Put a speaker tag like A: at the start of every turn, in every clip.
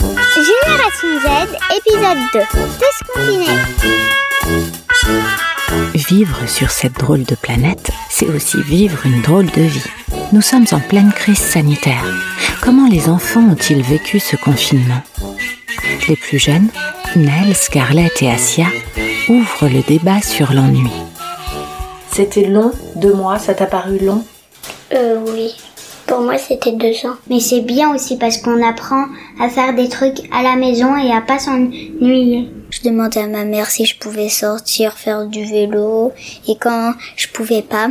A: Génération Z, épisode 2. Discontinué.
B: Vivre sur cette drôle de planète, c'est aussi vivre une drôle de vie. Nous sommes en pleine crise sanitaire. Comment les enfants ont-ils vécu ce confinement Les plus jeunes, Nell, Scarlett et Asia, ouvrent le débat sur l'ennui.
C: C'était long, deux mois, ça t'a paru long
D: Euh, oui. Pour moi, c'était deux ans.
A: Mais c'est bien aussi parce qu'on apprend à faire des trucs à la maison et à pas s'ennuyer.
D: Je demandais à ma mère si je pouvais sortir faire du vélo et quand je pouvais pas,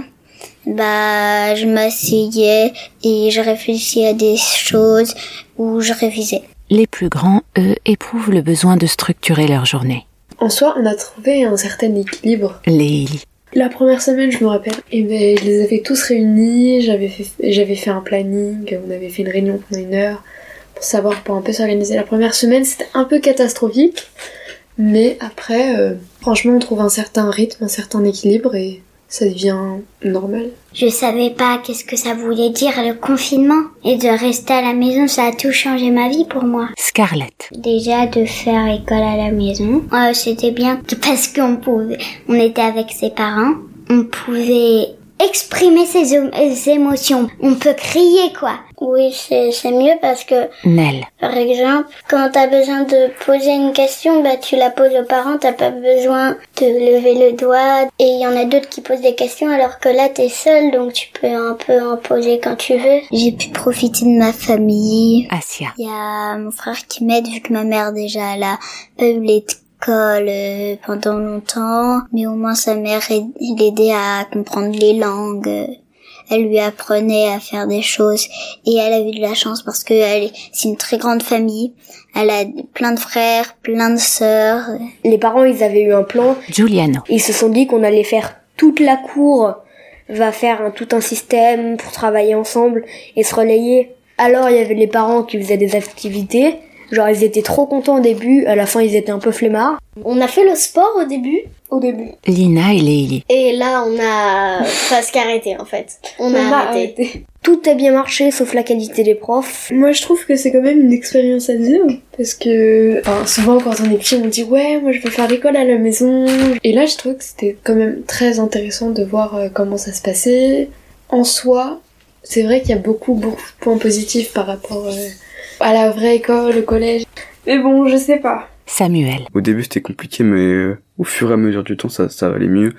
D: bah je m'asseyais et je réfléchissais à des choses ou je révisais.
B: Les plus grands, eux, éprouvent le besoin de structurer leur journée.
E: En soi, on a trouvé un certain équilibre.
B: Les
E: La première semaine, je me rappelle, eh ben, je les avais tous réunis, j'avais fait, j'avais fait un planning, on avait fait une réunion pendant une heure pour savoir, pour un peu s'organiser. La première semaine, c'était un peu catastrophique, mais après, euh, franchement, on trouve un certain rythme, un certain équilibre et ça devient normal.
A: Je savais pas qu'est-ce que ça voulait dire le confinement et de rester à la maison, ça a tout changé ma vie pour moi.
B: Scarlett,
A: Déjà de faire école à la maison, euh, c'était bien parce qu'on pouvait, on était avec ses parents, on pouvait exprimer ses, om- ses émotions, on peut crier quoi.
D: Oui, c'est c'est mieux parce que
B: Nell,
D: par exemple, quand t'as besoin de poser une question, bah tu la poses aux parents, t'as pas besoin de lever le doigt. Et il y en a d'autres qui posent des questions alors que là t'es seul, donc tu peux un peu en poser quand tu veux.
A: J'ai pu profiter de ma famille,
B: Asia,
D: Il y a mon frère qui m'aide vu que ma mère déjà elle a pas eu l'école euh, pendant longtemps, mais au moins sa mère aid- l'aidait à comprendre les langues. euh, Elle lui apprenait à faire des choses et elle a eu de la chance parce que elle est- c'est une très grande famille. Elle a plein de frères, plein de sœurs.
F: Les parents, ils avaient eu un plan.
B: Giuliano,
F: Ils se sont dit qu'on allait faire toute la cour, va faire un- tout un système pour travailler ensemble et se relayer. Alors, il y avait les parents qui faisaient des activités. Genre, ils étaient trop contents au début. À la fin, ils étaient un peu flemmards.
D: On a fait le sport au début. Au début.
B: Lina et Leili.
D: Et là, on a presque arrêté, en fait. On a arrêté.
F: Tout a bien marché, sauf la qualité des profs.
E: Moi je trouve que c'est quand même une expérience à vivre parce que enfin, souvent quand on est petit on dit ouais moi je vais faire l'école à la maison et là je trouve que c'était quand même très intéressant de voir euh, comment ça se passait. En soi c'est vrai qu'il y a beaucoup beaucoup de points positifs par rapport euh, à la vraie école, au collège. Mais bon je sais pas.
B: Samuel,
G: Au début, c'était compliqué, mais euh, au fur et à mesure du temps, ça, ça allait mieux.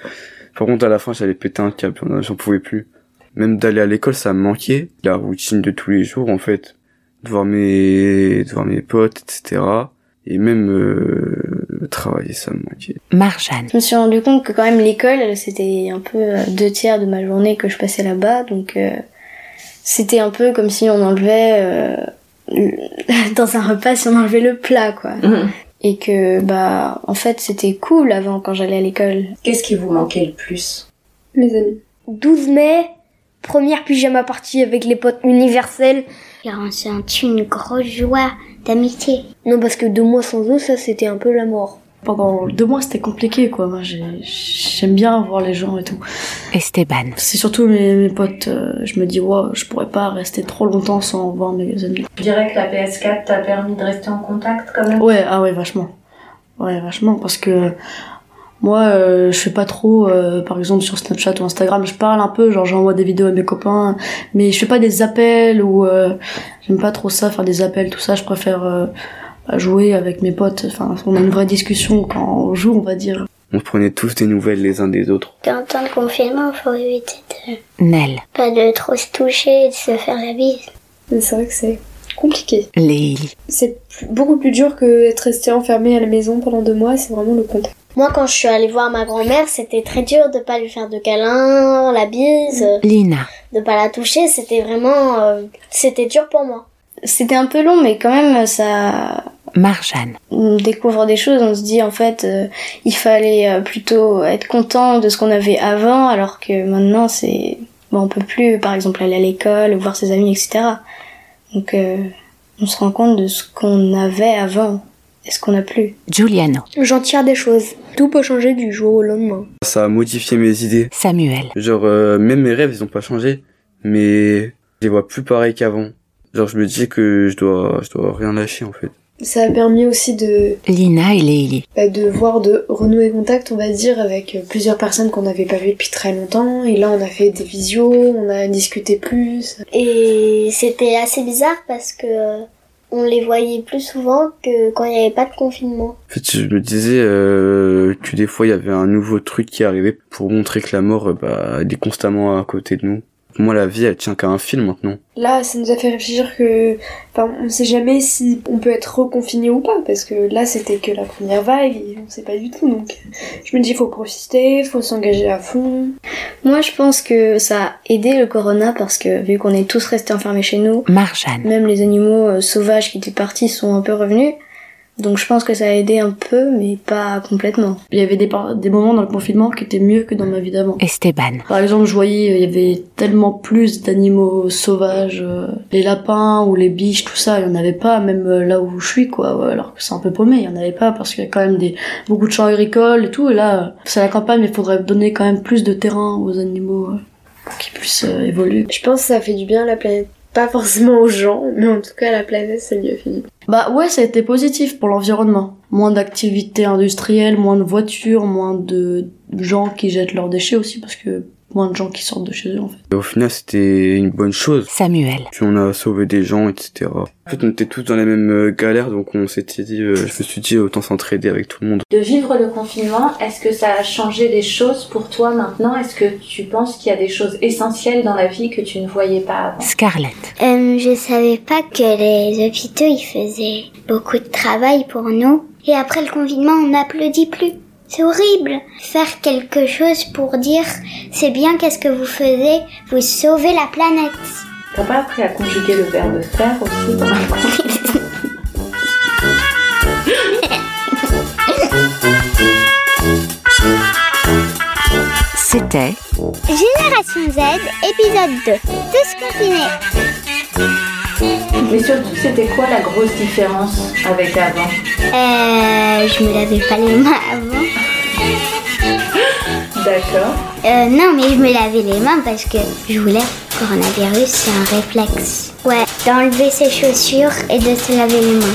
G: Par contre, à la fin, j'allais péter un câble, j'en- j'en pouvais plus. Même d'aller à l'école, ça me manquait. La routine de tous les jours, en fait. De voir mes, de voir mes potes, etc. Et même euh, travailler, ça me manquait.
B: Marjane,
H: Je me suis rendu compte que quand même l'école, c'était un peu euh, deux tiers de ma journée que je passais là-bas, donc euh, c'était un peu comme si on enlevait euh, le- dans un repas si on enlevait le plat, quoi.
I: Mhm.
H: Et que bah en fait c'était cool avant quand j'allais à l'école.
C: Qu'est-ce qui vous manquait le plus
E: Mes amis.
F: 12 mai, première pyjama partie avec les potes universels.
A: j'ai ressenti une grosse joie d'amitié.
F: Non, parce que deux mois sans eux, ça, c'était un peu la mort.
J: Pendant deux mois, c'était compliqué, quoi. Moi, j'ai- j'aime bien voir les gens et tout.
B: Esteban,
J: C'est surtout mes, mes potes. euh, je me dis, wow, je pourrais pas rester trop longtemps sans voir mes amis.
I: Je dirais que la PS4 t'a permis de rester en contact quand même.
J: Ouais, ah ouais, vachement. Ouais, vachement, parce que moi, euh, je fais pas trop, euh, par exemple, sur Snapchat ou Instagram, je parle un peu, genre j'envoie des vidéos à mes copains, mais je fais pas des appels ou... euh, J'aime pas trop ça, faire des appels, tout ça, je préfère euh, jouer avec mes potes. Enfin, on a une vraie discussion quand on joue, on va dire.
G: On prenait tous des nouvelles les uns des autres.
D: Dans le temps de confinement, faut éviter de
B: Nell,
D: pas de trop se toucher et de se faire la bise.
E: Mais c'est vrai que c'est compliqué.
B: Leili,
E: C'est plus- beaucoup plus dur que être resté enfermé à la maison pendant deux mois, c'est vraiment le contact.
D: Moi, quand je suis allée voir ma grand-mère, c'était très dur de pas lui faire de câlin, la bise, euh,
B: Lina,
D: de pas la toucher. C'était vraiment, euh, c'était dur pour moi.
H: C'était un peu long, mais quand même ça,
B: Marjane,
H: on découvre des choses, on se dit en fait euh, il fallait euh, plutôt être content de ce qu'on avait avant alors que maintenant c'est bon, on peut plus par exemple aller à l'école, voir ses amis etc. Donc euh, on se rend compte de ce qu'on avait avant est-ce qu'on a plus
B: Giuliano.
F: J'en tire des choses. Tout peut changer du jour au lendemain.
G: Ça a modifié mes idées.
B: Samuel.
G: Genre, euh, même mes rêves, ils ont pas changé, mais je les vois plus pareils qu'avant. Genre, je me dis que je dois, je dois rien lâcher, en fait.
E: Ça a permis aussi de,
B: Lina et Leili.
E: bah, de voir, de renouer contact, on va dire, avec euh, plusieurs personnes qu'on n'avait pas vues depuis très longtemps. Et là, on a fait des visios, on a discuté plus.
D: Et c'était assez bizarre parce que euh, on les voyait plus souvent que quand il n'y avait pas de confinement.
G: En fait, je me disais euh, que des fois, il y avait un nouveau truc qui arrivait pour montrer que la mort, euh, bah, elle est constamment à côté de nous. Pour moi, la vie, elle tient qu'à un fil maintenant.
E: Là, ça nous a fait réfléchir que, enfin, on sait jamais si on peut être reconfiné ou pas, parce que là, c'était que la première vague, et on sait pas du tout, donc. Je me dis, faut profiter, faut s'engager à fond.
H: Moi, je pense que ça a aidé le corona parce que vu qu'on est tous restés enfermés chez nous,
B: Marjane.
H: même les animaux euh, sauvages qui étaient partis sont un peu revenus. Donc je pense que ça a aidé un peu, mais pas complètement.
J: Il y avait des, par- des moments dans le confinement qui étaient mieux que dans ma vie d'avant.
B: Esteban.
J: Par exemple, je voyais, euh, il y avait tellement plus d'animaux sauvages, euh, les lapins ou les biches, tout ça, il y en avait pas, même euh, là où je suis, quoi, ouais, alors que c'est un peu paumé, il y en avait pas, parce qu'il y a quand même des, beaucoup de champs agricoles et tout, et là, euh, c'est la campagne, mais il faudrait donner quand même plus de terrain aux animaux, euh, pour qu'ils puissent euh, évoluer.
E: Je pense que ça fait du bien à la planète. Pas forcément aux gens, mais en tout cas, à la planète, ça lui a fait du
J: Bah ouais, ça a été positif pour l'environnement. Moins d'activités industrielles, moins de voitures, moins de gens qui jettent leurs déchets aussi, parce que moins de gens qui sortent de chez eux, en fait.
G: Et au final, c'était une bonne chose.
B: Samuel.
G: Puis on a sauvé des gens, etc. En fait, on était tous dans la même euh, galère, donc on s'était dit, euh, je me suis dit, autant s'entraider avec tout le monde.
I: De vivre le confinement, est-ce que ça a changé les choses pour toi maintenant Est-ce que tu penses qu'il y a des choses essentielles dans la vie que tu ne voyais pas avant
B: Scarlett.
A: Euh, je savais pas que les hôpitaux ils faisaient beaucoup de travail pour nous. Et après le confinement, on n'applaudit plus. C'est horrible. Faire quelque chose pour dire c'est bien qu'est-ce que vous faisiez, vous sauvez la planète.
I: T'as pas appris à conjuguer le verbe faire aussi dans le confinement
B: C'était
A: Génération Z, épisode 2. Tous confinés.
I: Mais surtout, c'était quoi la grosse différence avec avant
A: Euh, je me lavais pas les mains avant.
I: D'accord.
A: Euh, non, mais je me lavais les mains parce que je voulais. Coronavirus, c'est un réflexe. Ouais, d'enlever ses chaussures et de se laver les mains.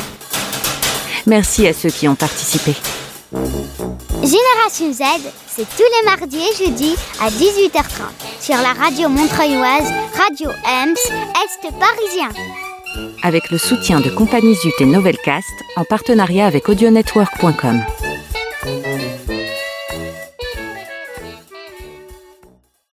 B: merci à ceux qui ont participé.
A: Génération Z, c'est tous les mardis et jeudis à 18h30 sur la radio montreuilloise Radio EMS Est Parisien.
B: Avec le soutien de Compagnie Zut et Novelcast en partenariat avec audionetwork.com.